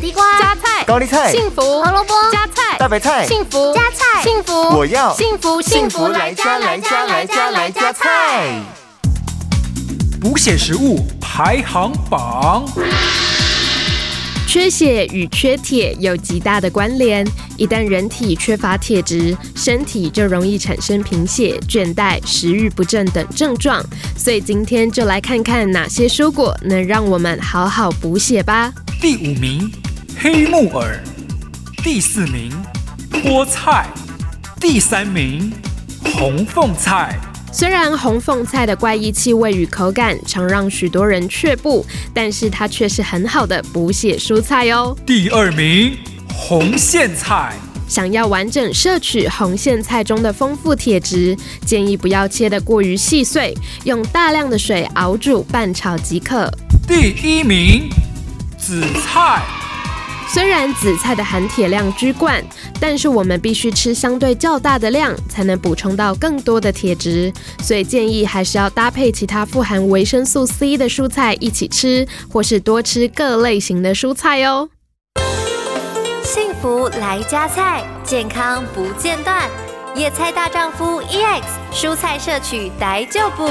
地瓜、加菜、高丽菜、幸福、胡萝卜、加菜、大白菜、幸福、加菜幸福，我要幸福幸福来家来家来家来家菜。补血食物排行榜。缺血与缺铁有极大的关联。一旦人体缺乏铁质，身体就容易产生贫血、倦怠、食欲不振等症状。所以今天就来看看哪些蔬果能让我们好好补血吧。第五名黑木耳，第四名菠菜，第三名红凤菜。虽然红凤菜的怪异气味与口感常让许多人却步，但是它却是很好的补血蔬菜哦。第二名红苋菜，想要完整摄取红苋菜中的丰富铁质，建议不要切得过于细碎，用大量的水熬煮拌炒即可。第一名紫菜，虽然紫菜的含铁量居冠，但是我们必须吃相对较大的量，才能补充到更多的铁质。所以建议还是要搭配其他富含维生素 C 的蔬菜一起吃，或是多吃各类型的蔬菜哦。幸福来加菜，健康 E 不间断。野菜大丈夫 EX，蔬菜摄取来就补。